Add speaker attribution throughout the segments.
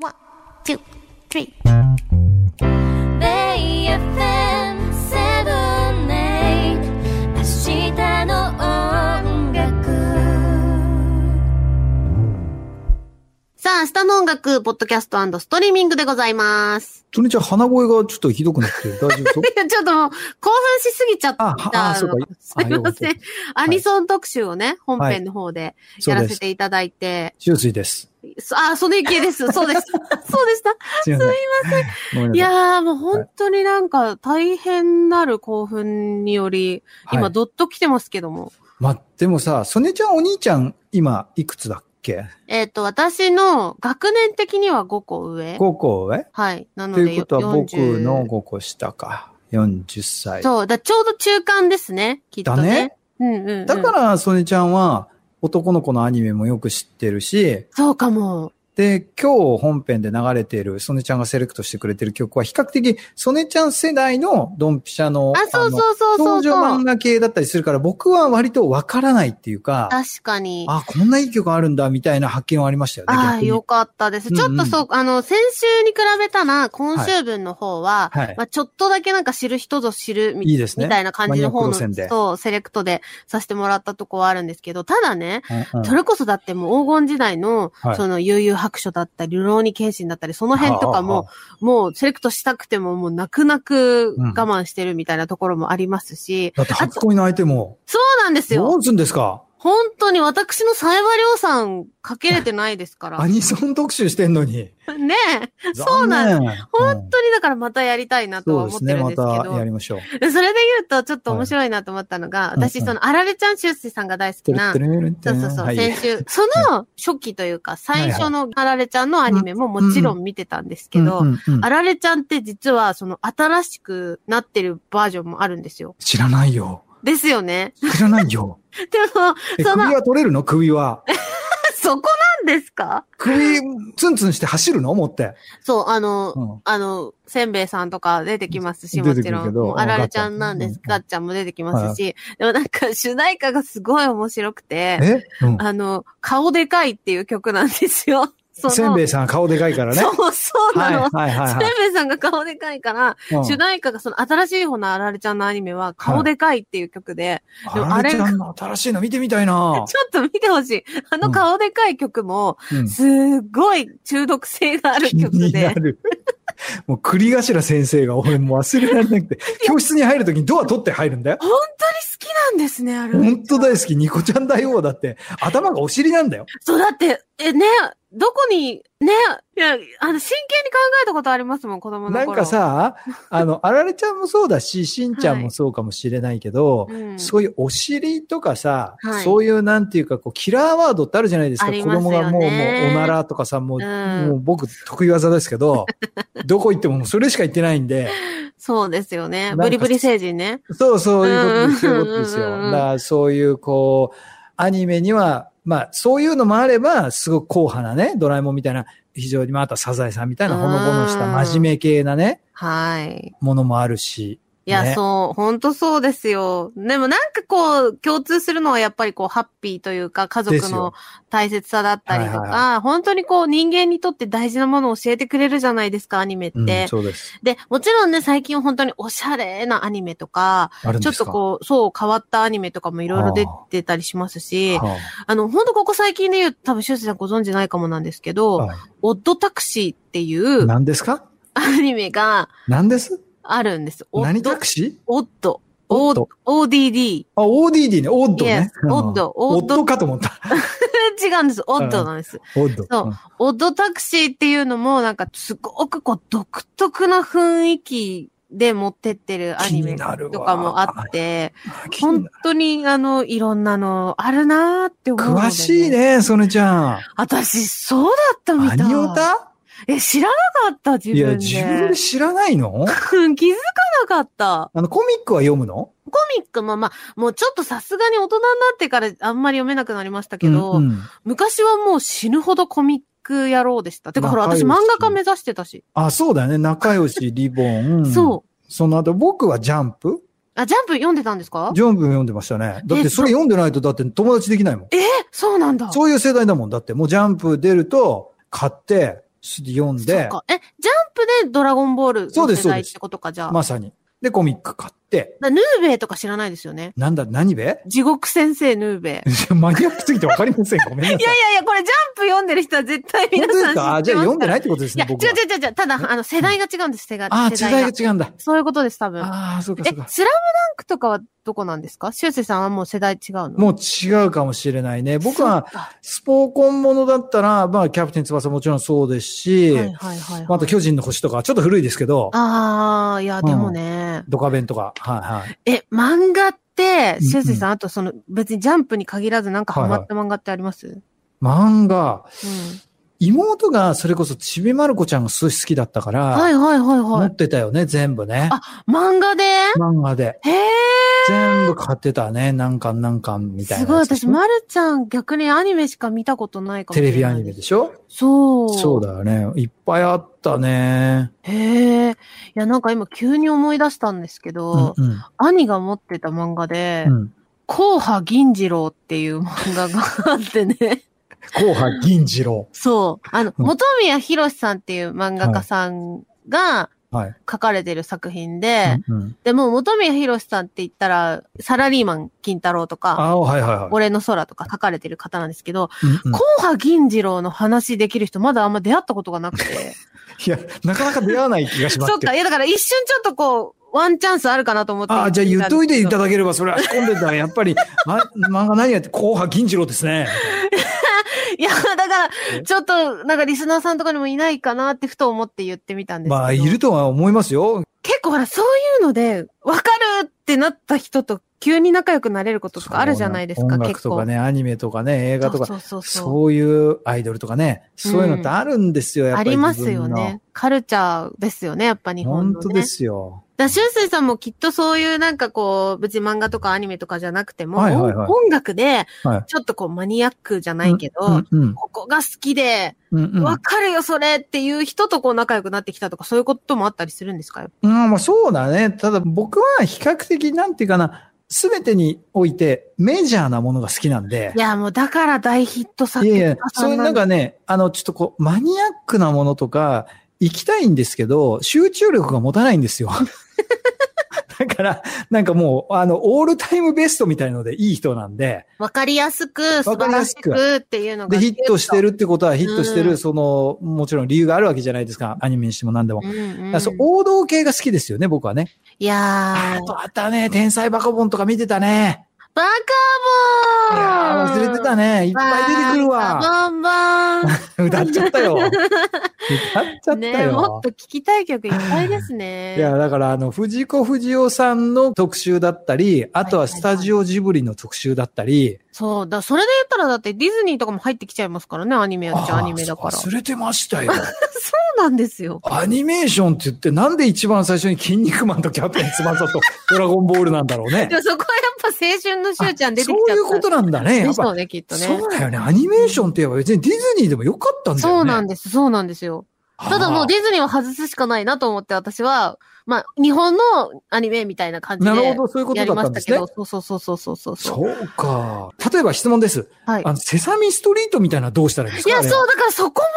Speaker 1: One, two, three.
Speaker 2: Bay FM 78明日の音楽
Speaker 1: さあ、明日の音楽、ポッドキャストストリーミングでございます。
Speaker 3: トニちゃん、鼻声がちょっとひどくなってる。大丈 夫そう
Speaker 1: いや、ちょっともう、興奮しすぎちゃった。
Speaker 3: あああそうか
Speaker 1: すいませ
Speaker 3: あよ
Speaker 1: ん。アニソン特集をね、本編の方で
Speaker 3: そ
Speaker 1: や
Speaker 3: う
Speaker 1: ら
Speaker 3: で
Speaker 1: せ
Speaker 3: す。
Speaker 1: ていただいて。
Speaker 3: 塩水です。
Speaker 1: そあ、その系です。そう です。そうでした。
Speaker 3: すいません。 ごめん
Speaker 1: い
Speaker 3: なさ
Speaker 1: やー、もう本当になんか、大変なる興奮により、
Speaker 3: い。は
Speaker 1: 今、
Speaker 3: い、
Speaker 1: ドッと来てますけども。
Speaker 3: まあ、でもさ、ソネちゃん、お兄ちゃん、今、いくつだっけ
Speaker 1: えっと、私の学年的には5個上。
Speaker 3: ?5 個上
Speaker 1: はい。なの
Speaker 3: と
Speaker 1: で、
Speaker 3: いうことは、僕
Speaker 1: 40
Speaker 3: の5個下か。40歳。
Speaker 1: そう、だちょうど中間ですね、きっと
Speaker 3: だ
Speaker 1: ね
Speaker 3: ね。。
Speaker 1: うんうんうん。
Speaker 3: だから、ソネちゃんは、男の子のアニメもよく知ってるし、
Speaker 1: そうかも。
Speaker 3: で、今日本編で流れている、ソネちゃんがセレクトしてくれてる曲は、比較的、ソネちゃん世代のドンピシャの、
Speaker 1: あ、そう
Speaker 3: の
Speaker 1: そうそうそ
Speaker 3: 少
Speaker 1: う
Speaker 3: 女
Speaker 1: そう
Speaker 3: 漫。画系だったりするから、僕は割とわからないっていうか、
Speaker 1: 確かに。
Speaker 3: あ、こんないい曲あるんだ、みたいな発見はありましたよね。
Speaker 1: あ
Speaker 3: 逆
Speaker 1: あ、
Speaker 3: に
Speaker 1: よかったです。ちょっとそう、あの、先週に比べたら、今週分の方は、
Speaker 3: はい。
Speaker 1: まあ、ちょっとだけなんか知る人ぞ知るみ
Speaker 3: いいですね
Speaker 1: みたいな感じの方の、
Speaker 3: マニアック路線で
Speaker 1: そう、セレクトでさせてもらったとこはあるんですけど、ただね、
Speaker 3: うんうん
Speaker 1: それこそだってもう黄金時代の、
Speaker 3: はい
Speaker 1: その悠々白書だったり、流浪に剣心だったり、その辺とかも、、もうセレクトしたくてももう泣く泣く我慢してるみたいなところもありますし、
Speaker 3: だって初恋の相手も、
Speaker 1: そうなんです
Speaker 3: ど
Speaker 1: よ。
Speaker 3: うすんですか
Speaker 1: 本当に私のサイバリョウさんかけれてないですか
Speaker 3: ア
Speaker 1: ら。
Speaker 3: ニソン特集してんのに。
Speaker 1: ねえ。そうなんです。
Speaker 3: 残念
Speaker 1: 本当にだからまたやりたいなとは
Speaker 3: そうで
Speaker 1: 思っ
Speaker 3: す
Speaker 1: て
Speaker 3: ね。
Speaker 1: るんで
Speaker 3: ま
Speaker 1: すけど。
Speaker 3: たやりましょう。
Speaker 1: でそれで言うと、ちょっと面白いなと思ったのが、
Speaker 3: い
Speaker 1: 私、
Speaker 3: うんう
Speaker 1: そ
Speaker 3: ん
Speaker 1: の、あられちゃん、しゅうすいさんが大好きな、
Speaker 3: て
Speaker 1: そ
Speaker 3: るてるて
Speaker 1: う
Speaker 3: る
Speaker 1: そうそう、
Speaker 3: はい
Speaker 1: 先週、その初期というか、最初のあられちゃんのアニメも
Speaker 3: ん
Speaker 1: もちろん見てたんですけ
Speaker 3: う
Speaker 1: ど
Speaker 3: ん、うんうん
Speaker 1: あられちゃんって実は、その、新しくなってるバージョンもあるんですよ。
Speaker 3: 知らないよ。
Speaker 1: ですよね。
Speaker 3: 知らないよ。
Speaker 1: でも、
Speaker 3: え
Speaker 1: そ
Speaker 3: 首
Speaker 1: の
Speaker 3: は取れるの首は。
Speaker 1: そこなんですか
Speaker 3: 首、ツンツンして走るの持って。
Speaker 1: そう、あの、
Speaker 3: うん
Speaker 1: あの、せんべいさんとか出てきますし、
Speaker 3: 出
Speaker 1: も
Speaker 3: て
Speaker 1: ち
Speaker 3: くる
Speaker 1: ろ
Speaker 3: け
Speaker 1: ん。
Speaker 3: ど
Speaker 1: もうあられちゃんなんです。ガ
Speaker 3: ガ
Speaker 1: ッちゃんも出てきますし、でもなんか主題歌がすごい面白くて、
Speaker 3: えうん
Speaker 1: あの、顔でかいっていう曲なんです よ。その
Speaker 3: せんべいさん顔でかいからね。
Speaker 1: そう、そうな
Speaker 3: はい
Speaker 1: の。
Speaker 3: はいはい
Speaker 1: せん
Speaker 3: はい
Speaker 1: べいさんが顔でかいから、
Speaker 3: うん。
Speaker 1: 主題歌がその新しい方のあられちゃんのアニメは顔でかいっていう曲で、でも
Speaker 3: あ
Speaker 1: あれ
Speaker 3: れちゃんの新しいの見てみたいな
Speaker 1: ちょっと見てほしい。あの顔でかい曲も、
Speaker 3: うん
Speaker 1: すっごい中毒性がある
Speaker 3: 気に
Speaker 1: 曲
Speaker 3: な
Speaker 1: で、
Speaker 3: る。 もう栗頭先生が俺もう忘れられなくて、教室に入るときにドア取って入るんだよ。
Speaker 1: 本当に好きなんですね、あれ。
Speaker 3: 本当大好き、ニコちゃん大王だって、頭がお尻なんだよ。
Speaker 1: そう、だって、え、ね、どこに、ね、いや、あの、真剣に考えたことありますもん、子供の
Speaker 3: な
Speaker 1: 頃。
Speaker 3: んか、さ、あの、あられちゃんもそうだし、しんちゃんもそうかもしれないけど、
Speaker 1: うん、
Speaker 3: そういうお尻とかさ、
Speaker 1: はい
Speaker 3: そういうなんていうか、こう、キラーワードってあるじゃないですか。
Speaker 1: あり
Speaker 3: 子
Speaker 1: ますよね
Speaker 3: 供がもう、もう、おならとかさ、もう、
Speaker 1: うん
Speaker 3: もう僕、得意技ですけ ど、どこ行ってももうそれしか言ってないんで、
Speaker 1: そうですよね。
Speaker 3: なんか
Speaker 1: ブリブリ成人ね。
Speaker 3: そう、そういうことです、そううんいうことですよ。
Speaker 1: うんうんうん
Speaker 3: だから、そういう、こう、アニメには、まあ、そういうのもあれば、すごく硬派なね、ドラえもんみたいな、非常に、まあ、あとはサザエさんみたいな、ほのぼのした
Speaker 1: うん
Speaker 3: 真面目系なね、
Speaker 1: はい。
Speaker 3: ものもあるし。
Speaker 1: いや、
Speaker 3: ね
Speaker 1: そう、ほんとそうですよ。でもなんかこう、共通するのはやっぱりこう、ハッピーというか、家
Speaker 3: で
Speaker 1: 族
Speaker 3: す
Speaker 1: の
Speaker 3: よ
Speaker 1: 大切さだったりと
Speaker 3: はい
Speaker 1: か、本当にこう、人間にとって大事なものを教えてくれるじゃないですか、アニメって。
Speaker 3: うん、そうです。
Speaker 1: で、もちろんね、最近本当におしゃれなアニメとか、
Speaker 3: あるん
Speaker 1: ちょっ
Speaker 3: ですか
Speaker 1: とこう、そう、変わったアニメとかもいろいろ出
Speaker 3: ああ
Speaker 1: てたりしますし、
Speaker 3: は
Speaker 1: あの、ほんとここ最近で言うと、多分、シュウスイさんご存知ないかもなんですけ
Speaker 3: あ
Speaker 1: ど、
Speaker 3: はい
Speaker 1: オッドタクシーっていう
Speaker 3: 何ですか
Speaker 1: アニメが
Speaker 3: 何です
Speaker 1: あるんです。オッ
Speaker 3: 何
Speaker 1: ド
Speaker 3: タクシー
Speaker 1: オッド。
Speaker 3: オッド
Speaker 1: ODD。
Speaker 3: あ、ODD ね、オッド
Speaker 1: Yes
Speaker 3: ね。うん
Speaker 1: オッ。ド。
Speaker 3: オ
Speaker 1: オ
Speaker 3: ッ
Speaker 1: ッド。
Speaker 3: ドかと思った。
Speaker 1: 違うんです。オッドなんです。
Speaker 3: オッド。
Speaker 1: そうオッドタクシーっていうのも、なんか、すごくこう、独特な雰囲気で持ってってるアニ
Speaker 3: 気
Speaker 1: メ
Speaker 3: になるわ
Speaker 1: とかもあって、
Speaker 3: うん気に
Speaker 1: 本
Speaker 3: なる
Speaker 1: 当に、あの、いろんなのあるなーって思うので、
Speaker 3: 詳しい。ね、ソネちゃん。
Speaker 1: 私、そうだったみ
Speaker 3: ア
Speaker 1: たい。
Speaker 3: ニオタ
Speaker 1: え、知らなかった、自
Speaker 3: いや、
Speaker 1: 分で。
Speaker 3: 自分で知らないの
Speaker 1: 気づかなかった。
Speaker 3: あの、コミックは読むの
Speaker 1: コミックも、まあ、もうちょっとさすがに大人になってからあんまり読めなくなりましたけど、
Speaker 3: うんうん
Speaker 1: 昔はもう死ぬほどコミック野郎でした。てかほら、
Speaker 3: 仲
Speaker 1: 私
Speaker 3: 良し
Speaker 1: 漫画家目指してたし。
Speaker 3: あ、そうだよね。仲良し、リボン。
Speaker 1: そう。
Speaker 3: う。その後、僕はジャンプ
Speaker 1: あ、ジャンプ読んでたんですか
Speaker 3: ジャンプ読んでましたね。だっ
Speaker 1: え
Speaker 3: て、それ読んでないと、だって友達できないもん。
Speaker 1: そうなんだ。
Speaker 3: そういう世代だもん。だって、もうジャンプ出ると、買って、す読ん
Speaker 1: そっ
Speaker 3: で、
Speaker 1: か。え、ジャンプでドラゴンボール
Speaker 3: そう
Speaker 1: の
Speaker 3: です
Speaker 1: 世代っ
Speaker 3: そうです
Speaker 1: てことか、じゃあ。
Speaker 3: まさに。で、コミック買って、
Speaker 1: だヌーベイとか知らないですよね。
Speaker 3: なんだ、何べ
Speaker 1: 地獄先生ヌーベイ。
Speaker 3: マニアックすぎてわかりません。ごめんなさい。
Speaker 1: いやいやいや、これジャンプ読んでる人は絶対皆
Speaker 3: 本当で
Speaker 1: さん知ってます
Speaker 3: すか
Speaker 1: か
Speaker 3: あ、
Speaker 1: ら。
Speaker 3: じゃあ読んでないいってことですね
Speaker 1: や、違、
Speaker 3: 僕
Speaker 1: う
Speaker 3: は。
Speaker 1: 違う違う違う。ただ、あの、世代が違うんです、世代
Speaker 3: あ、
Speaker 1: 世
Speaker 3: 世
Speaker 1: 代
Speaker 3: 代
Speaker 1: が。
Speaker 3: が違うんだ。
Speaker 1: そういうことです、多分。
Speaker 3: ああ、そうか
Speaker 1: え
Speaker 3: そうか、。
Speaker 1: スラムダンクとかはどこなんですか修正さんはもう世代違うの
Speaker 3: もう違うかもしれないね。僕は、
Speaker 1: そっか
Speaker 3: スポーコンものだったら、まあ、キャプテン翼もちろんそうですし、
Speaker 1: はいはいはいはい。
Speaker 3: まああと巨人の星とか、ちょっと古いですけど、
Speaker 1: ああ、いや、でもね。
Speaker 3: ドカベンとか、はいはい。
Speaker 1: え、漫画って、
Speaker 3: うん
Speaker 1: 修正さん、あとその、別にジャンプに限らずなんかハマった漫画ってあります、
Speaker 3: 漫画、妹がそれこそちびまる子ちゃんがすごい好きだったから、
Speaker 1: うん。はいはいはいは
Speaker 3: 持
Speaker 1: い。
Speaker 3: ってたよね、全部ね。
Speaker 1: 漫画で
Speaker 3: 漫画で。
Speaker 1: へえ。
Speaker 3: 全部買ってたね、何巻何巻みたいな
Speaker 1: すごい、
Speaker 3: やつでし
Speaker 1: 私、
Speaker 3: ょ。
Speaker 1: まるちゃん逆にアニメしか見たことないかもし
Speaker 3: テ
Speaker 1: れな
Speaker 3: レ
Speaker 1: い。
Speaker 3: ビアニメでしょ
Speaker 1: そう。
Speaker 3: そうだよね。いっぱいあったね。
Speaker 1: へえ。いや、なんか今急に思い出したんですけ
Speaker 3: うん
Speaker 1: ど、
Speaker 3: うん。
Speaker 1: 兄が持ってた漫画で
Speaker 3: う、ん。
Speaker 1: 紅波銀次郎っていう漫画があってね。
Speaker 3: 後派銀次郎。
Speaker 1: そう。あの、
Speaker 3: うん
Speaker 1: 元宮博さんっていう漫画家さんが
Speaker 3: はい。
Speaker 1: 書かれてる作品で、
Speaker 3: うんうん
Speaker 1: でも元宮博さんって言ったら、サラリーマン金太郎とか、
Speaker 3: ああ、はいはいはい。
Speaker 1: 俺の空とか書かれてる方なんですけど、
Speaker 3: うんうん
Speaker 1: 紅波銀次郎の話できる人まだあんま出会ったことがなく て。
Speaker 3: いや、なかなか出会わない気がします
Speaker 1: そっ
Speaker 3: けど
Speaker 1: か。。いや、だから一瞬ちょっとこう、ワンチャンスあるかなと思って。
Speaker 3: ああ、じゃあ言っといていた
Speaker 1: だ
Speaker 3: だければ、それは仕込んでたら、やっぱり、ま、漫画何やって、後派銀次郎ですね。
Speaker 1: いや、だか
Speaker 3: え
Speaker 1: ら、ちょっと、なんかリスナーさんとかにもいないかなってふと思って言ってみたんですけど。
Speaker 3: まあ、いるとは思いますよ。
Speaker 1: 結構ほら、そういうので、わかるってなった人と急に仲良くなれることとかあるじゃないです
Speaker 3: そう
Speaker 1: か、
Speaker 3: ん音楽
Speaker 1: 結
Speaker 3: と
Speaker 1: 構。
Speaker 3: かね、アニメとかね、映画とか、
Speaker 1: そうそうそうそう。
Speaker 3: そういうアイドルとかね、そういうのってあるんですよ、やっ
Speaker 1: あ
Speaker 3: ぱり。
Speaker 1: りますよね。。カルチャーですよね、やっぱ日本
Speaker 3: 本
Speaker 1: の、ね。
Speaker 3: 当ですよ。
Speaker 1: だから、しゅんすいさんもきっとそういうなんかこう、別に漫画とかアニメとかじゃなくても、
Speaker 3: はいはいはい
Speaker 1: 音楽で
Speaker 3: はい、
Speaker 1: ちょっとこうマニアックじゃないけど、
Speaker 3: うんうん
Speaker 1: ここが好きで、
Speaker 3: うんうん
Speaker 1: わかるよそれっていう人とこう仲良くなってきたとか、そういうこともあったりするんですか
Speaker 3: うん、まあそうだね。ただ僕は比較的、なんていうかな、すべてにおいてメジャーなものが好きなんで
Speaker 1: い。や、もうだから大ヒット作
Speaker 3: いやいや
Speaker 1: 家、
Speaker 3: そ
Speaker 1: さ
Speaker 3: うい
Speaker 1: ん
Speaker 3: うな
Speaker 1: なん
Speaker 3: ん
Speaker 1: だ
Speaker 3: かね、あの、ちょっとこう、マニアックなものとか、行きたいんですけど、集中力が持たないんですよ。 だから、なんかもう、あの、オールタイムベストみたいのでいい人なんで、
Speaker 1: わかりやすく、素
Speaker 3: わか
Speaker 1: 晴
Speaker 3: りや
Speaker 1: ら
Speaker 3: す
Speaker 1: し
Speaker 3: く
Speaker 1: くっていうのが。
Speaker 3: で、ヒットして。るってことは、ヒットして
Speaker 1: う
Speaker 3: る、
Speaker 1: ん
Speaker 3: その、もちろん理由があるわけじゃないですか。アニメにしても何でも。
Speaker 1: う
Speaker 3: だか
Speaker 1: んう
Speaker 3: ら
Speaker 1: ん、
Speaker 3: そう、王道系が好きですよね、僕はね。
Speaker 1: いや
Speaker 3: あ
Speaker 1: ー、
Speaker 3: と、あったね、天才バカボンとか見てたね。
Speaker 1: バカボ
Speaker 3: い
Speaker 1: ーン
Speaker 3: やー忘れてたね。いっぱい出てくる
Speaker 1: バ
Speaker 3: わ。
Speaker 1: カボンバン
Speaker 3: 歌っちゃったよ。歌っちゃったよ。
Speaker 1: ねえもっと聞きたい曲いっぱいですね。
Speaker 3: いや、だから、あの、藤子不二雄さんの特集だったり、あとはスタジオジブリの特集だったり。
Speaker 1: そう。だ、それで言ったらだってディズニーとかも入ってきちゃいますからね、アニメやっちゃアニメだから。
Speaker 3: あ
Speaker 1: そ
Speaker 3: 忘れてましたよ。
Speaker 1: うなんですよ。
Speaker 3: アニメーションって言って、なんで一番最初に筋肉マンとキャプテン翼と ドラゴンボールなんだろうね
Speaker 1: で。もそこはやっぱ青春のしゅうちゃん出てきちゃっ
Speaker 3: そう
Speaker 1: た。
Speaker 3: いうことなんだね。や
Speaker 1: で
Speaker 3: っ
Speaker 1: しょ
Speaker 3: ぱ
Speaker 1: う、ね、きっとね。
Speaker 3: そうだよね。アニメーションって言えば別にディズニーでもよかったんだよね。
Speaker 1: そうなん
Speaker 3: だ。
Speaker 1: です、そうなんですよ。ただもうディズニーを外すしかないなと思って私は、まあ、日本のアニメみたいな感じで
Speaker 3: な
Speaker 1: や
Speaker 3: る
Speaker 1: り
Speaker 3: ほど、そういうことだ
Speaker 1: ま
Speaker 3: った
Speaker 1: し
Speaker 3: んで
Speaker 1: たけ
Speaker 3: すね
Speaker 1: ど、。そうそうそうそうそうそうそう。
Speaker 3: そうか。例えば質問です。
Speaker 1: はい。
Speaker 3: あの、セサミストリートみたいなのどうしたらいいんです
Speaker 1: い
Speaker 3: か
Speaker 1: や、
Speaker 3: あれ
Speaker 1: そう、だからそこも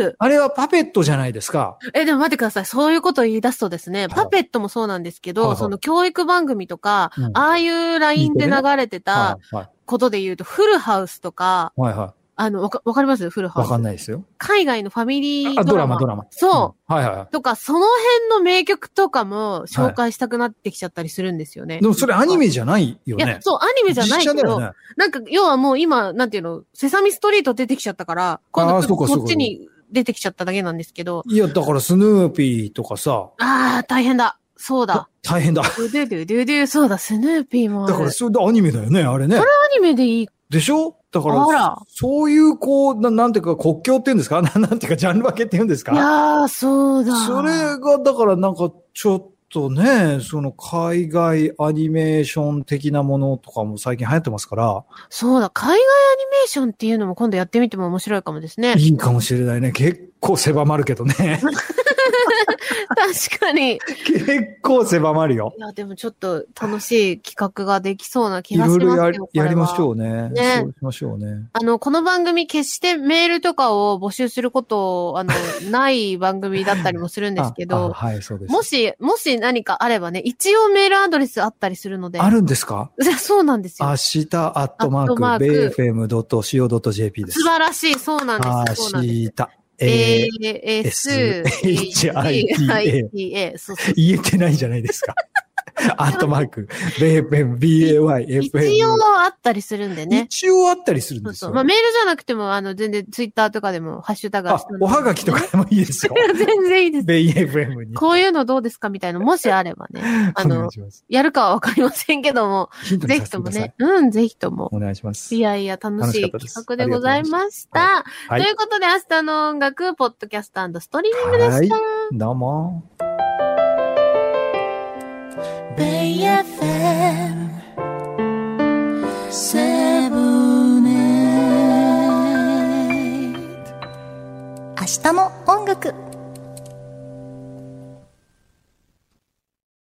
Speaker 1: わかる。
Speaker 3: あれはパペットじゃないですか。
Speaker 1: え、でも待ってください。そういうことを言い出すとですね、
Speaker 3: い
Speaker 1: パペットもそうなんですけ
Speaker 3: はいは
Speaker 1: ど、
Speaker 3: い
Speaker 1: その教育番組とか
Speaker 3: うん、
Speaker 1: ああいうラインで流れてた
Speaker 3: はい、はい。
Speaker 1: ことで言うと、フルハウスとか、
Speaker 3: はいはい。
Speaker 1: あの、わかわかりますフルハウ
Speaker 3: わ
Speaker 1: ス。
Speaker 3: かんないですよ。
Speaker 1: 海外のファミリ
Speaker 3: あ
Speaker 1: ー
Speaker 3: ド
Speaker 1: ド
Speaker 3: ラ
Speaker 1: ラ
Speaker 3: マ、
Speaker 1: マ
Speaker 3: ド。ラマ。。
Speaker 1: そう
Speaker 3: はいはいは
Speaker 1: とか、その辺の名曲とかも紹介したくなってきちゃったりするんですよね。
Speaker 3: い。でもそれアニメじゃないよ
Speaker 1: いや
Speaker 3: ね、。
Speaker 1: そう、アニメじゃないけ
Speaker 3: 実写だよ
Speaker 1: ど、
Speaker 3: ね。
Speaker 1: なんか、要はもう今、なんていうの、セサミストリート出てきちゃったから、今
Speaker 3: あー
Speaker 1: 度
Speaker 3: そうか
Speaker 1: こ
Speaker 3: そうか
Speaker 1: こっちに出てきちゃっただけなんですけど、
Speaker 3: いや、だからスヌーピーとかさ、
Speaker 1: あー、大変だ。そうだ。
Speaker 3: 大変だ。
Speaker 1: ドゥドゥドゥドゥドゥ、そうだ、スヌーピーもあ
Speaker 3: だ
Speaker 1: る。
Speaker 3: からそれでアニメだよね、あれね。
Speaker 1: アニメでいい。
Speaker 3: でしょだか
Speaker 1: あ
Speaker 3: ら
Speaker 1: ら、
Speaker 3: そういうこうな、なんていうか国境っていうんですか ななんていうかジャンル分けっていうんです
Speaker 1: い
Speaker 3: か
Speaker 1: やー、そうだ。
Speaker 3: それが、だからなんかちょっとね、その海外アニメーション的なものとかも最近流行ってますから、
Speaker 1: そうだ、海外アニメーションっていうのも今度やってみても面白いかもですね。
Speaker 3: いいかもしれないね。結構狭まるけどね。
Speaker 1: 確かに。い
Speaker 3: 結構狭まるよ。
Speaker 1: や、でもちょっと楽しい企画ができそうな気
Speaker 3: い
Speaker 1: がし
Speaker 3: ろ
Speaker 1: ますよ
Speaker 3: いろやりやりまし
Speaker 1: う。
Speaker 3: ょうね。
Speaker 1: ね
Speaker 3: そうしましょうね。
Speaker 1: あの、この番組決してメールとかを募集することを、あの、ない番組だったりもするんですけ
Speaker 3: ああ
Speaker 1: ど、
Speaker 3: はい、そうです。
Speaker 1: もし、もし何かあればね、一応メールアドレスあったりするので。
Speaker 3: あるんですか
Speaker 1: そうなんですよ
Speaker 3: 明。日、アットマ
Speaker 1: アットマ
Speaker 3: ー
Speaker 1: ーク
Speaker 3: ク、bayfm.co.jp です
Speaker 1: 素。晴らしい、そうなんです。そうなん
Speaker 3: 明
Speaker 1: です。
Speaker 3: 日、えー、
Speaker 1: A-S-H-I-T-A。そうそう。
Speaker 3: 言えてないじゃないです か。アットマーク、bayfm, bayfm。
Speaker 1: 一応あったりするんでね。
Speaker 3: 一応あったりするん
Speaker 1: そう
Speaker 3: です
Speaker 1: そ
Speaker 3: よ。
Speaker 1: う。まあ、メールじゃなくても、あの、全然ツイッターとかでも、ハッシュタグ
Speaker 3: あ、おはがきとか。でもいいで すよ。
Speaker 1: 全然いいです。
Speaker 3: bayfm に。
Speaker 1: こういうのどうですかみたいな、もしあればね。あ
Speaker 3: お願
Speaker 1: の
Speaker 3: い、します。
Speaker 1: やるかはわかりませんけど も、
Speaker 3: ヒントに
Speaker 1: ぜひと
Speaker 3: させてく
Speaker 1: も
Speaker 3: ださい
Speaker 1: ね。。うん、ぜひとも。
Speaker 3: お願いします
Speaker 1: い。やいや、楽しい企画でございました。
Speaker 3: あり
Speaker 1: と
Speaker 3: が
Speaker 1: いうことで、明日の音楽、ポッドキャストストリーミングでした。
Speaker 3: どうも。
Speaker 2: Bay FM Seven Eight 明日も音楽